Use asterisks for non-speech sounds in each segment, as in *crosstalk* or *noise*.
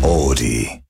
empty.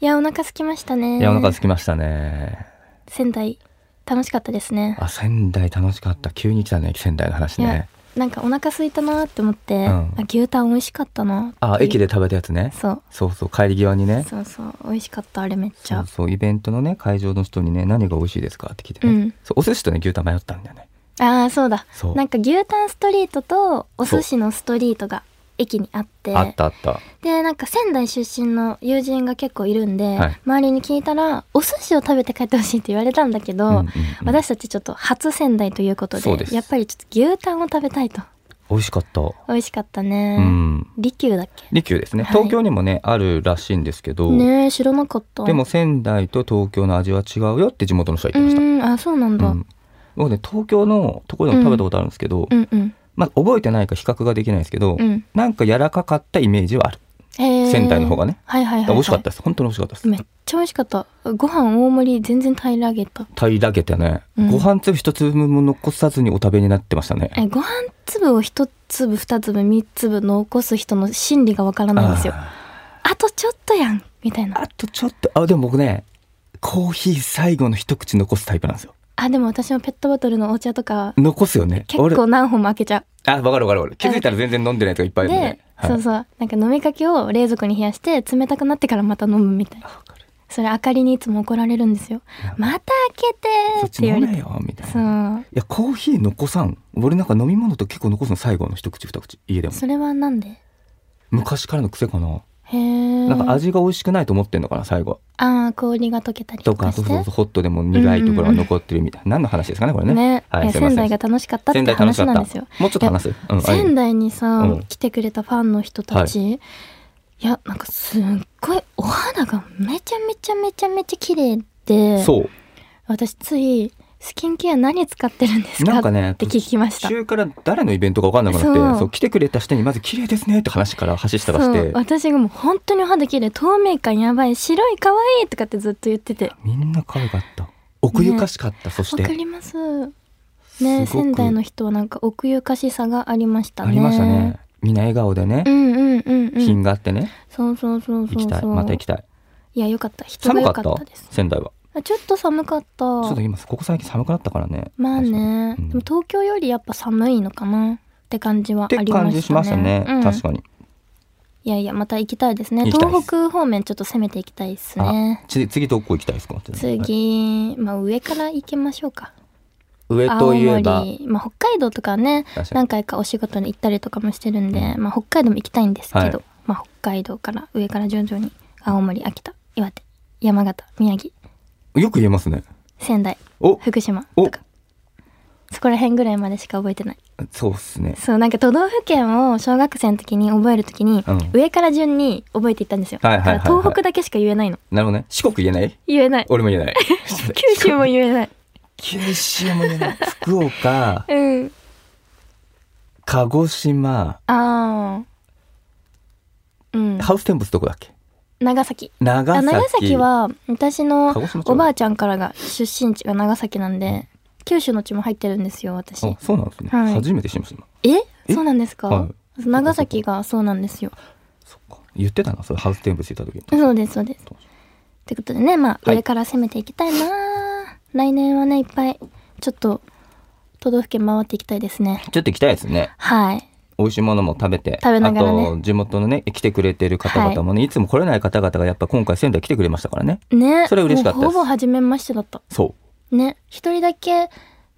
いや、お腹空きましたね。いや、お腹空きましたね。仙台、楽しかったですね。あ、仙台楽しかった。急に来たね、仙台の話いやね。、なんかお腹空いたなーって思って、んあ牛タン美味しかったなっていうあ、駅で食べたやつね。そう。そうそう、帰り際にね。そうそう、美味しかった、あれめっちそゃう。そう、イベントのね、会場の人にね、何が美味しいですかって聞いてね。うんそうお寿司とね、牛タン迷ったんだよね。ああ、そうだ。そう。なんか牛タンストリートとお寿司のストリートが駅にあって、あったあった。で、なんか仙台出身の友人が結構いるんで、はい周りに聞いたら、お寿司を食べて帰ってほしいって言われたんだけど、うんうんうん私たちちょっと初仙台ということそうでですやっぱりちょっと牛タンを食べたいと美味しかった。美味しかったね、うん。利休だっけ利休ですね。はい東京にもね、あるらしいんですけど、ねえ知らなかったでも仙台と東京の味は違うよって地元の人はう言ってましんあそうなんた。だ、うん僕ね、東京のところでも食べたことあるんですけど、うんうんまあ、覚えてないか比較ができないですけど、うんなんか柔らかかったイメージはある。へえ仙台の方がねはいはいはい、はい、美味しかったです。本当に美味しかったです。めっちゃ美味しかったご飯大盛り全然平らげた平らげてね、うんご飯粒一粒も残さずにお食べになってましたね。えご飯粒を一粒二粒三粒残す人の心理がわからないんですよああとちょっとやんみたいーなあとちょっと、あ、でも僕ね、コーヒー最後の一口残すタイプなんですよ。あでも私もペットボトルのお茶とか残すよね。結構何本も開けちゃう俺あ、わかるわかるわかる。気づいたら全然飲んでないとかいっぱいあるよでね。、はいそうそうなんか飲みかけを冷蔵庫に冷やして冷たくなってからまた飲むみたいなあわかるそれあかりにいつも怒られるんですよまた開けてそっってち言わ飲れめてよ、みたいそな。ういや、コーヒー残さん。俺なんか飲み物と結構残すの最後の一口二口。家でも。それはなんで昔からの癖かな。へえなんか味が美味しくないと思ってんのかな、最後。ああ氷が溶けたりととかか、しそうてそうそう、ホットでも苦いところが残ってるみたいな。何の話ですかね、これね。ね、はいやい、すい仙ません台が楽しかったっ仙て台楽し話かなんっですたよ。もうちょっと話す。うん、あいい仙台にさ、うん来てくれたファンの人たち、い、やなんかすっごいお肌がめちゃめちゃめちゃめちゃ綺麗でそう。私ついスキンケア何使ってるんですかなんかねって聞きました途中から誰のイベントか分かんなくなって、そそうう来てくれた人にまず綺麗ですねって話から走したらしそうて、私がもう本当にお肌綺麗透明感やばい白い可愛いとかってずっと言っててみんな可愛かった。奥ゆかしかった、そしわかて。りますねすごく仙台の人はなんか奥ゆかしさがありましたあねりましたね。みんな笑顔でねう、んうんうんう品んがあってね、そうそうそう行そうきそたうい。また行きたい。いやよかった人が寒良かかっったでたす仙台は。あちょっと寒かったちょっと今、ここ最近寒くなったからね。まあね、確かにうんでも東京よりやっぱ寒いのかなって感じはあってりましたね感じしましたね。うん確かに。いやいやまた行きたいですね行きたいです東北方面ちょっと攻めていきたいですねち次どこ行きたいですか次、まあ上から行きましょうか上といえば青、森、まあ、北海道とかね確かに何回かお仕事に行ったりとかもしてるんで、まあ、北海道も行きたいんですけど、はまあ、北海道から上から順々に青森秋田岩手山形宮城よく言えますね。仙台お福島とかそこら辺ぐらいまでしか覚えてないそうっすね。そうなんか都道府県を小学生の時に覚える時に、うん上から順に覚えていったんですよ、はいはいはいはいだから東北だけしか言えないのなるほどね。四国言えない言えない俺も言えない。 *laughs* 九州も言えない九州も言えない。福岡、うん鹿児島、ああうんハウステンボスどこだっけ長崎長あ崎。長崎、は私の鹿児島ちゃうおばあちゃんからが出身地が長崎なんで九州の地も入ってるんですよ私あ、そうなんですね。はい初めて知りました、今。ええそうなんですか、は長崎がそうなんですよそっか。言ってたな、それハウステンボスいた時に。そうですそうですってことでねまあはい上から攻めていきたいな、来年はねいっぱいちょっと都道府県回っていきたいですねちょっと行きたいですね。はい美味しいものも食べて。食べながらねあと、地元のね、来てくれてる方々もね、いつも来れない方々がやっぱ今回仙台来てくれましたからね。ねそれ嬉しかったですもうほぼ初めましてだったそう。ね一人だけ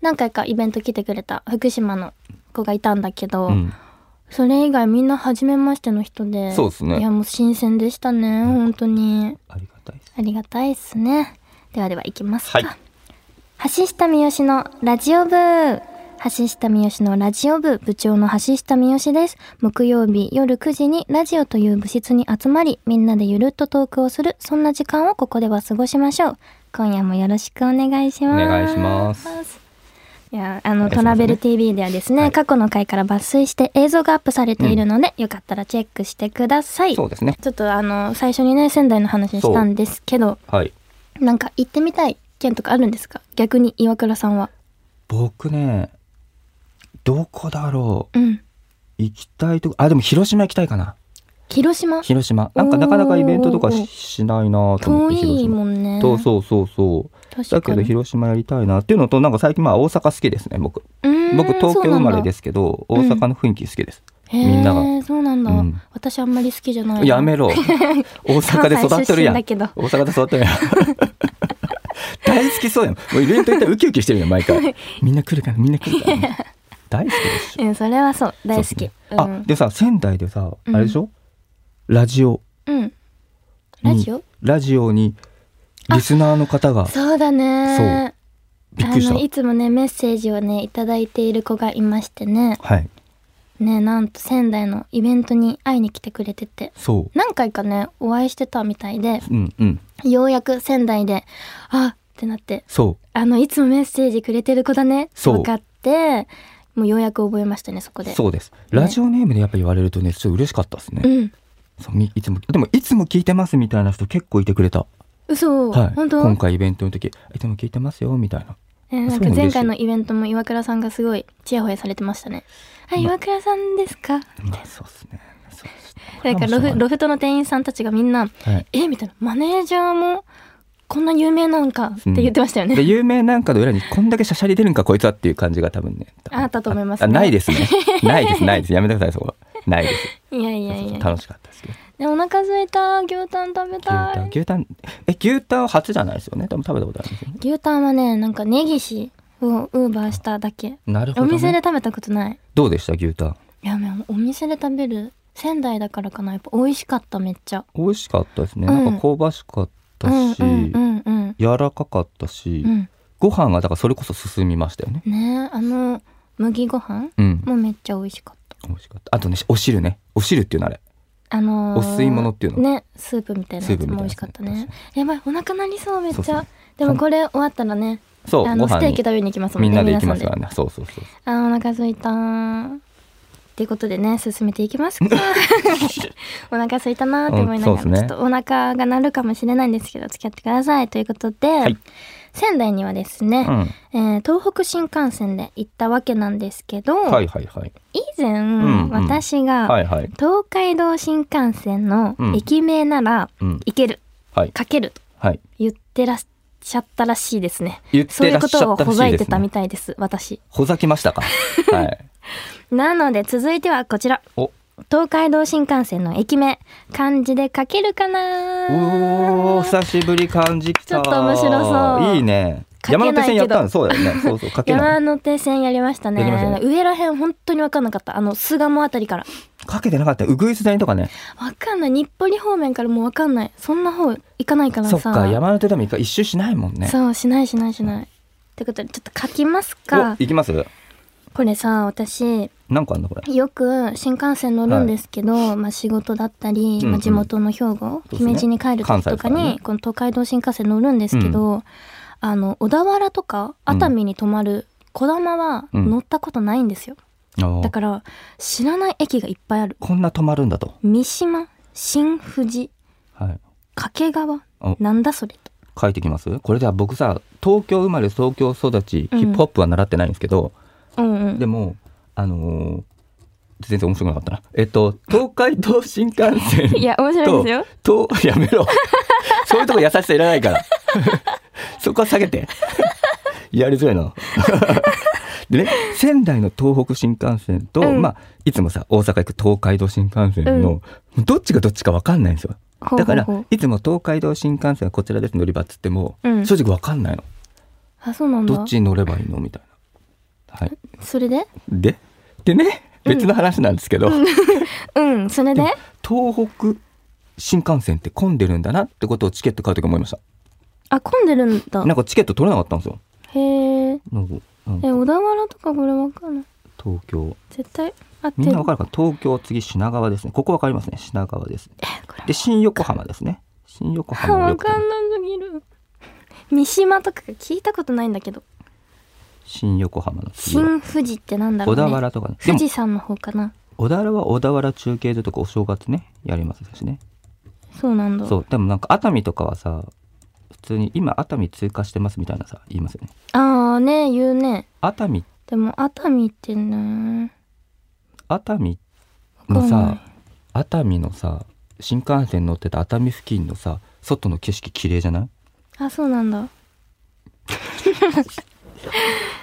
何回かイベント来てくれた福島の子がいたんだけど、うん、それ以外みんな初めましての人でそうですねいやもう新鮮でしたね本当にありがたいです。ありがたいですね。ではでは行きますか。はい橋下三好のラジオ部。橋下三好のラジオ部部長の橋下三好です。木曜日夜9時にラジオという部室に集まり、みんなでゆるっとトークをする、そんな時間をここでは過ごしましょう。今夜もよろしくお願いします。お願いします。いやあの、お願いしますトねラベル TV ではですね、はい過去の回から抜粋して映像がアップされているので、よかったらチェックしてください。そうですね。ちょっとあの最初にね仙台の話したんですけどはい。なんか行ってみたい県とかあるんですか逆に岩倉さんは僕ね、どこだろう。うん行きたいとこあでも広島行きたいかな広島広島なんかなかなかイベントとおかーおーおーししないなと遠思って広い島もんねそうそうそうそう確かだにけど広島やりたいなっていうのとなんか最近まあ大阪好きですね僕僕東京生まれですすけどう大なんだ阪の雰囲気好きです、みんながそうなんだ、うん私あんまり好きじゃないやめ *laughs* ろ大阪で育ってるや関西出ん身だけど大阪で育って *laughs* るやん大好きそうやんもうイベント行ったらウキウキしてるやん *laughs* 毎回みんな来るからみんな来るから大好きでしょうんそれはそう大好そうきですねうあんでさ仙台でさうんあれでしょ、ラジオうんラにジオラジオにリスナーの方がそうだねびっくりあのいしつもねメッセージをねいただいている子がいましてねたはいねなんと仙台のイベントに会いに来てくれててそう何回かねお会いしてたみたいでうんうんようやく仙台であってなってそあのいつもメッセージくれてる子だねってそう分かってもうようやく覚えましたねそこうでうそうですラジオネームでやっぱ言われるとねちょっと嬉しかったですね、んそうみいつもでもいつも聞いてますみたいな人結構いてくれた嘘、はい本当今回イベントの時いつも聞いてますよみたいなえーなんそうかなんですよ前回のイベントも岩倉さんがすごいちやほやされてましたね。あ、岩倉さんですかまあそうですねそうっすねなんかロフロフトの店員さんたちがみんな、はいえみたいな、マネージャーもこんな有名なんかって言ってましたよね。で有名なんかの裏にこんだけしゃしゃり出るんかこいつはっていう感じが多分ね多分あったと思いますねあないですねないですないですやめてくださいそこないですいやいやいそうそうや。楽しかったですけどでお腹空いた、牛タン食べたい。牛タン牛タンえ牛タンは初じゃないですよね多分食べたことあるんですよね牛タンはね、なんかネギシをウーバーしただけ。なるほおど、ね、店で食べたことない。どうでした牛タンいや、もうお店で食べる。仙台だからかな。やっぱ美味しかった、めっちゃ。美味しかったですね、うんなんか香ばしかったうんし、うんうんうん。柔らかかったし、うん。ご飯がだからそれこそ進みましたよねねあの麦ご飯うんもめっちゃ美味しかっ美味しかったあとねお汁ねお汁っていうのあれたあのーお吸い物っていうのねスープみたいなやスーつプみもた美いなやつね味しかったねやばいお腹なりそうめっそうっちすゃねでもこれ終わったらねそうあごのス飯テーキに食べに行きますもんねみんなで行きますか皆らねそうそうそうさんであーお腹空いたーっていうことでね進めていき *laughs* ますか *laughs* お腹空いたなーって思いながら、うんそうっちすょっねとお腹が鳴るかもしれないんですけど付き合ってくださいということで、はい仙台にはですね、うんえー東北新幹線で行ったわけなんですけど、はいはいはい以前、んうん私が、はいはい東海道新幹線の駅名ならうん行ける、はいかけるとはい言ってらっしゃったらしいですね。言っそういてらうっこしゃとっをたらほしざいいでてすたみねたいです、私。ほざき *laughs* ましたかはいなので続いてはこちら。お東海道新幹線の駅名、漢字で書けるかおーな久しぶり感じきちたょっと面白そういいね書けないけ山ど手線やったんそうだよねそうそう書けない山手線やりましたねやりましたね上らへん本当に分かんなかったあの巣鴨あたりから書けてなかったうぐいす谷とかね分かんない日暮里方面からもう分かんないそんな方行かないからそさっか山手でも一回一周しないもんねそうしないしないしないってことでちょっと書きますおか行きますこれさ私なんかあんのこれよく新幹線乗るんですけど、まあ、仕事だったり、うんうんまあ、地元の兵庫、そうですね姫路に帰る時とか関西からにねこの東海道新幹線乗るんですけど、あの小田原とか熱海に泊まる小玉はうん乗ったことないんですよ、おーだから知らない駅がいっぱいあるこんな止まるんだと三島新富士はい掛川おなんだそれと書いてきますこれじゃあ僕さ東京生まれ東京育ちうんヒップホップは習ってないんですけど、うんうんでもあのー全然面白くなかったなえっと東海道新幹線 *laughs* いや面白いですよと *laughs* とやめろそういうとこ優しさいらないから *laughs* そこは下げて *laughs* やりづらいな *laughs* でね仙台の東北新幹線と、うんまあいつもさ大阪行く東海道新幹線の、どっちがどっちか分かんないんですよほうほだうほかうらいつも東海道新幹線はこちらです乗り場っつっても、うん正直わかんないのあそうなんだどっちに乗ればいいのみたいな。はい、それでででね別の話なんですけど、うんそれで東北新幹線って混んでるんだなってことをチケット買う時思いましあ混んでるんだたなんかチケット取れなかったんですよへえなんかなんかえ小田原とかこれわかんない東京絶対合ってみんなわるかるかな東京次品川ですねここわかりますね品川ですえこれで新横浜ですね新横あ浜もわよくかんなすぎる三島とか聞いたことないんだけど新横浜の次は新富士ってなんだろう小ね田原とかねでも富士山の方かな小田原は小田原中継所とかお正月ねやりますしねそうなんだそうでもなんか熱海とかはさ普通に今熱海通過してますみたいなさ言いますよねああね言うね熱海でも熱海ってね熱海わかのんないさ熱海のさ新幹線乗ってた熱海付近のさ外の景色綺麗じゃないあ、そうなんだ。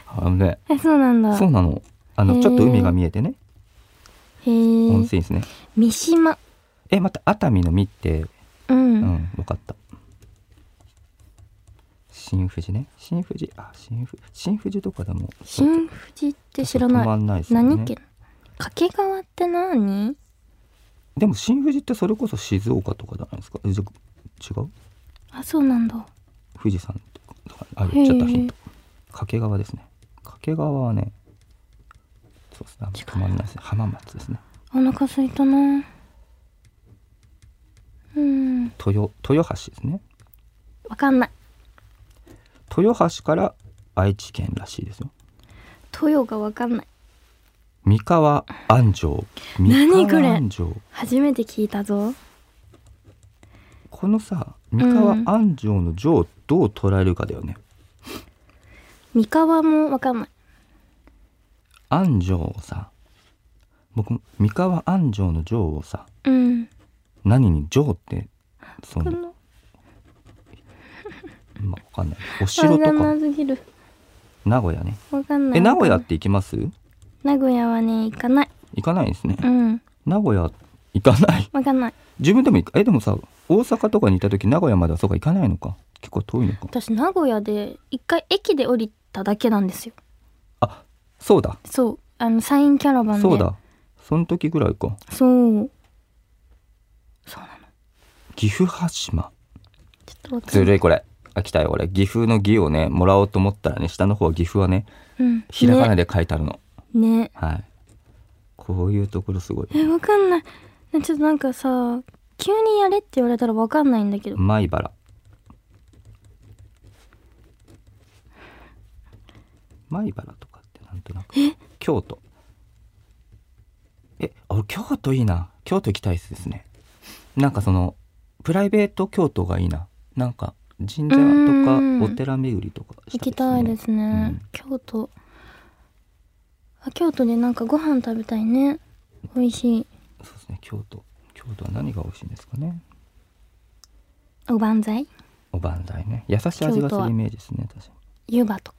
あのねえ、そうなんだ。そうなのあへのーちょっと海が見えてねへえ。温泉ですね三島。えまた熱海の海ってう。うんん分かった新富士ね新富士あ新富新富士とかでも新富士って知らな止まい。んないですよね何県掛川って何でも新富士ってそれこそ静岡とかじゃないですかえじゃ違うあ、そうなんだ。富士山とかあへー言っちゃったヒント掛川ですね掛川はねそうですね止まんないですね浜松ですねお腹空いたな。うん。豊豊橋ですねわかんない。豊橋から愛知県らしいですよ豊がわかんない。三河安城三何これ河安城初めて聞いたぞ。このさ三河安城の城をどう捉えるかだよね、三河もわかんない。安城をさ僕も三河安城の城をさうん。何に城ってそこのの、まあわかんないおわ城とかんかなすぎる。名古屋ねわかんない。え名古屋って行きます名古屋はね、行かない。行かないですねうん。名古屋行かない *laughs* わかんない。自分でも行かえでもさ大阪とかにいた時名古屋まではそうか行かないのか結構遠いのか私、名古屋で、一回駅で降りただけなんですよ。あそうだそう。あの、サインキャラバンで。そう。だその時ぐらいかそう。そうなの。岐阜羽島ちょっとわかんない。ずるいこれあ来たよ俺岐阜の岐をねもらおうと思ったらね下の方は岐阜はねうん。ひらがなで書いてあるの、ね。ね。はいこういうところすごいえ、わかんない。ねちょっとなんかさ、急にやれって言われたらわかんないんだけど。米原米原とかってなんとなく京都え俺京都いいな京都行きたいですねなんかそのプライベート京都がいいななんかう神社とかーんお寺巡りとか行きたいですねすね。うん京都。あ、京都でなんかご飯食べたいね。美味しい。そうですね京都京都は何が美味しいんですかねおばんざいおばんざいね優しい味がするイメージですね確かに湯葉とか。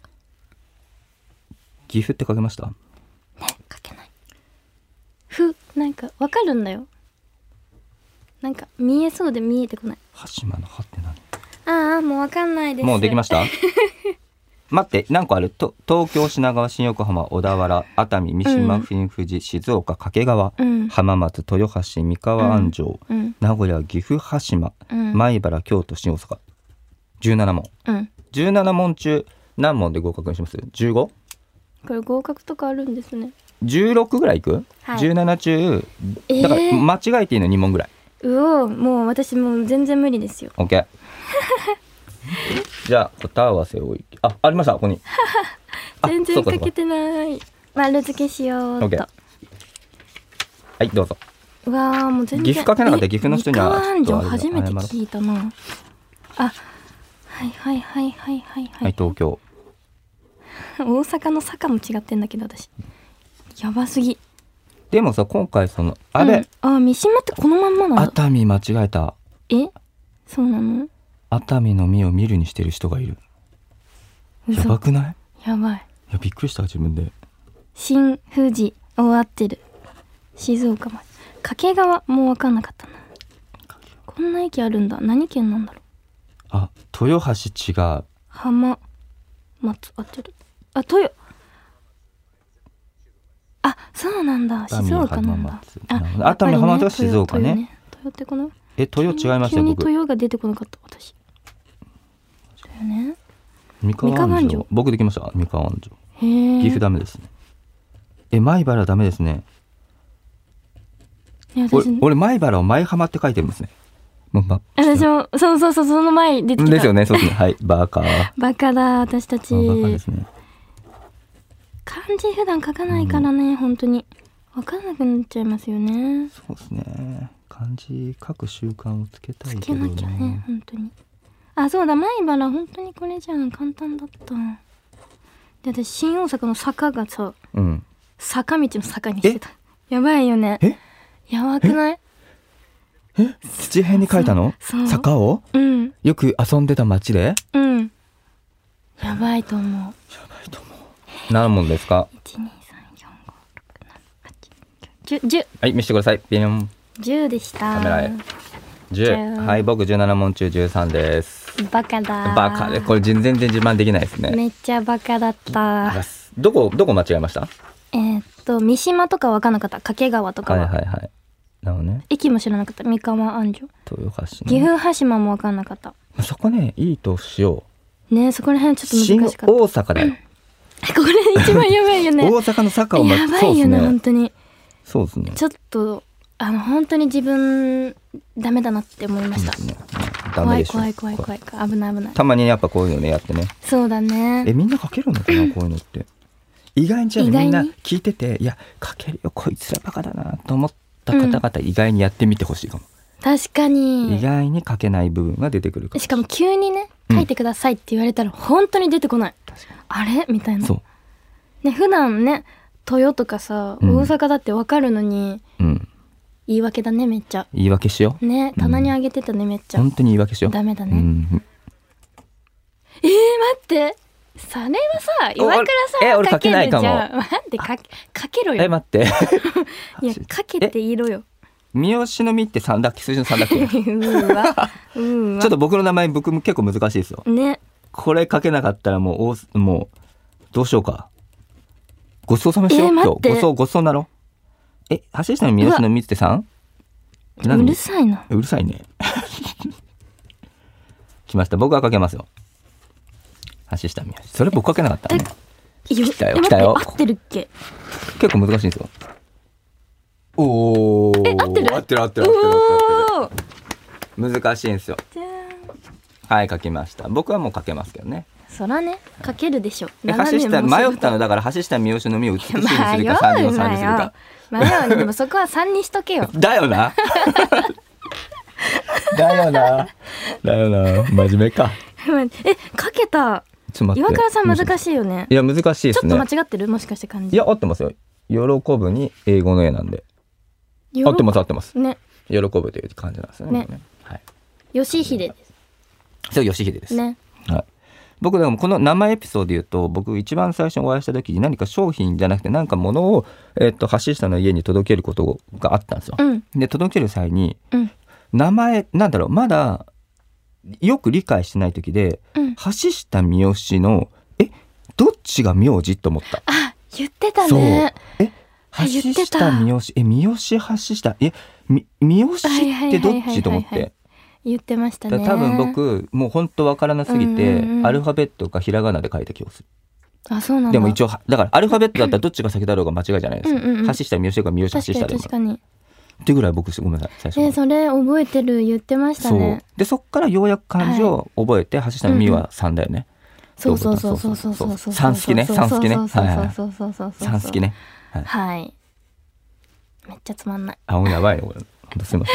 岐阜って書けましたね、かけない。ふ、なんかわかるんだよ。なんか見えそうで見えてこない。羽島の羽って何ああ、もうわかんないです。もうできまし *laughs* した。待って、何個あると東京、品川、新横浜、小田原、熱海、三う島、ん新富士、静岡、掛川、うん。浜松、豊橋、三河安城、うん。名古屋、岐阜、羽島、うん。米原、京都、新大阪。17問。うん。 17問中、何問で合格にします ?15?16 これ合格とかあるんですね。ぐらいいく、はい ?17 中、えだからー間違えていいの2問ぐらい。うおもう私もう全然無理ですよ *laughs* OK。じゃあ、答え合わせをいきあ、ありました、ここに。あ全そ然うかかそうかけてない丸付けしようっと OK はい、どうぞ。うわーもう全然岐阜かけなかったら岐阜の人にはえ三ちょ河っと安あれ城だ初めて聞いたなあはいはいはいはいはいはい、はい、東京。大阪の坂も違ってんだけど私やばすぎでもさ今回そのあうんれ、あ三島ってこのまんまなんだ熱海間違えたえそうなの熱海の実を見るにしてる人がいるやば嘘くないやばいいやびっくりした自分で新富士終わってる静岡まで掛川もう分かんなかったなこんな駅あるんだ何県なんだろうあ豊橋違う浜松合ってるあ豊あそうなんだ熱海静岡なん浜だ松あなるほどやっぱり熱海浜松が静岡ね豊豊豊ってこのえ豊違いました急よに僕豊が出てこなかった私だよね三河三河安安城城僕できました三河安城へえ岐阜ダメですねえ米原ダメですねいや俺私俺米原を前浜って書いてるんですねもうま私もそうそうそうその前に出てきたですよねそうですねはいバカあバカだ私たちバカですね漢字普段書かないからね、本当に分かんなくなっちゃいますよねそうですね漢字書く習慣をつけたいつけけどなきゃね本当にあそうだ前原本当にこれじゃん簡単だったで私新大阪の坂がさうん坂道の坂にしてたやばいよねえやばくない土辺に書いたのそうそう坂をうんよく遊んでた街でうんやばいと思う何問ですか1 2 3 4 5 6 7 8 9 10はい、見せてください。ビヨン。 10でしたカメラへ。 10 10。はい、僕17問中13です。バカだバカで、これ全然自慢できないですね。めっちゃバカだったどこ、どこ間違えましたえーっと三島とかわかんなかった掛川とかはいは、はいはい。なるほどね。駅も知らなかった三河安城豊橋岐ね。阜羽島もわかんなかったそこね、いいとしよねそこら辺ちう。ょっと新大難しかった *laughs* こ阪だよ。れ一番やばいよ大ね阪の坂をまやばそういでよすね本ね。当にそうですね。ちょっとあの本当に自分ダメだなって思いました、そうですねダ怖メいでしょ。怖い怖い怖い怖い危ない危ないたまにやっぱこういうのね、やってね。そうだえねみんな書けるのかなこういうのって意外にじゃあ意外みにんな聞いてていや書けるよこいつらバカだなと思った方々意外にやってみてほしいかも、確か意に外に書けない部分が出てくるかもしかも急にねうん書いてくださいって言われたら本当に出てこない、あれみたいなそね普段ね豊とかさ大うん阪だってわかるのにううん言い訳だねめっちゃ言い訳しよう、ね棚にあげてたねめっちゃ、本当に言い訳しようダメだねうんえー、待ってそれはさ岩倉さえん俺は書け書けなるいじかもゃん待ってか書けろよえ待って *laughs* いや書けていろよ三好の実って三だっけ数字の三 *laughs* だっけうちー *laughs* わうーわょっと僕の名前僕も結構難しいですよねこれ書けなかったらもうおすもうどうしようかごちそうさましよう、えー待今って日ごちそうごちそうなろうえ橋下の三好の実って三う何るさいなうるさいね。 *laughs* 来ました。僕はかけますよ。橋下美好。それ僕かけなかったね。いや来たよえ来たよ待って合ってるっけ結構難しいんですよ。おお。え、合ってる合ってる合ってうる合ってる合っておーる。難しいんですよ。じゃーんはい、書きました。僕はもうかけますけどね。そらね書けるでしょえ橋下、迷ったのだから橋下三好の実を美しいにするか、三迷人をう三になするよか。迷うねでもそこは3にしとけ *laughs* よだよ *laughs* な。だよな。だよな。真面目か。え書けたちょっと待って。岩倉さん難しいよねいや、難しいでちすょっと。ね間違ってるもしかして感いじや、合ってますよ。喜ぶに英語の絵なんで。喜合ってます、合ってます。ね喜ぶという感じなんですよね。ねはい。吉秀でそう、吉秀ですす。ねはい。僕でもこの生エピソードで言うと僕一番最初にお会いした時に何か商品じゃなくて何か物を、えっと橋下の家に届けることがあったんですよ。うんで届ける際にうん名前なんだろうまだよく理解してない時でうん橋下三好のえどっちが名字と思った。あ言ってたねそう。え、あ言って橋た下三好、え、三好橋下、え、み三好ってどっちと思っはいはいはいはいはいて。言ってましただかねら多分僕もう本当わからなすうぎて、んうんうんアルファベットかひらがなで書いた気がする。あそうなんだでも一応応はだからアルファベットだったらどっちが先だろうが間違いじゃないですか。うんうんうん橋下三好が三好橋確か下にでも。確かにってぐらい僕ごめんなさい最初えから。それ覚えてる言ってましたそうねでそっからようやく漢字を覚えて、橋下の三は三だよね。そうそうそうそうそうそうそう三好きね三好きねそうそうはいはいそうそうそうそう三好きね。はい。はいめっちゃつまんないあもうやばいねこれ。ほんとすみま *laughs* せ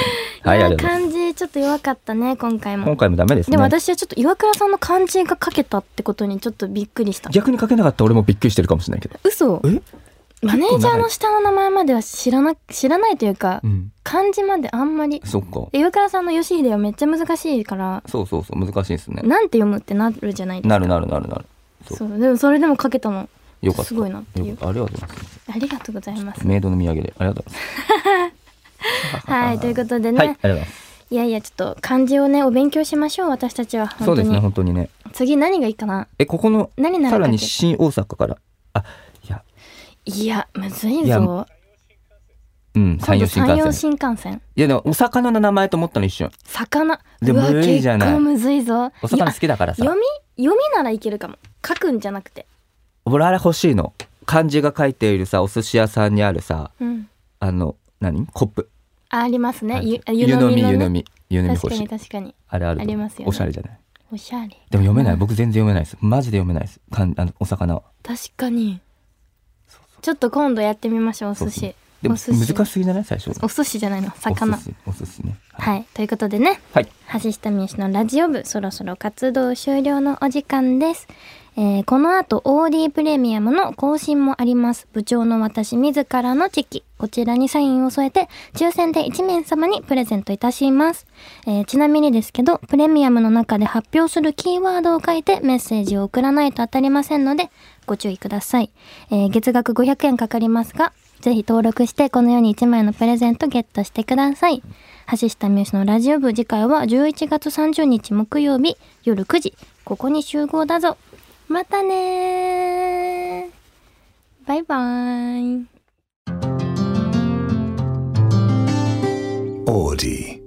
ん。はいありがとうございま漢字ちょっと弱かったね今回す。も今回もダメですね。でも私はちょっと岩倉さんの漢字が書けたってことにちょっとびっくりした逆に書けなかった俺もびっくりしてるかもしれないけど。嘘えマネージャーの下の名前までは知らな知らないというか、うん。漢字まであんまりそっか。で岩倉さんの吉秀はめっちゃ難しいからそうそうそう難しいですね。なんて読むってなるじゃないですかなるなるなるなる。そうそうでもそれでも書けたのよかった。すごいなっていうよかったありがとうございます。ありがとうございますメイドの土産でありがとうございます。はいということでね、はいありいが、とうございます。やいやちょっと漢字をねお勉強しましょう私たちはそう本当ですに、ね本当にね。次何がいいかなえここの何ならさら書にけ新大阪からあいやいやむずいいやぞうん今度山陽新山陽幹線。新幹線いやでもお魚の名前と思ったの一瞬。魚でうわむずいじゃない結構むずいぞお魚い好きだからやさ。読み読みならいけるかも書くんじゃなくて俺あれ欲しいの。漢字が書いているさお寿司屋さんにあるさうんあの何コップ。ありますねあゆ湯湯飲みの湯ね飲み湯飲み確欲かにし確い。かにあれあると思うありますよねおしゃれじゃない。おしゃれでも読めない僕全然読めないですマジで読めないですかんあのお魚は確かにちょっと今度やってみましょうお寿そうそう司でもお寿司難しすぎじゃない最初お寿司じゃないの魚お寿司お寿司ねい、はいということでねはい橋下美由のラジオ部そろそろ活動終了のお時間です、えーこの後 OD プレミアムの更新もあります。部長の私自らのチェキ。こちらにサインを添えて、抽選で1名様にプレゼントいたします。えーちなみにですけど、プレミアムの中で発表するキーワードを書いてメッセージを送らないと当たりませんので、ご注意ください。えー月額500円かかりますが、ぜひ登録してこのように1枚のプレゼントゲットしてください。橋下美由のラジオ部次回は11月30日木曜日夜9時、ここに集合だぞ。またねーバイバーイ Audi.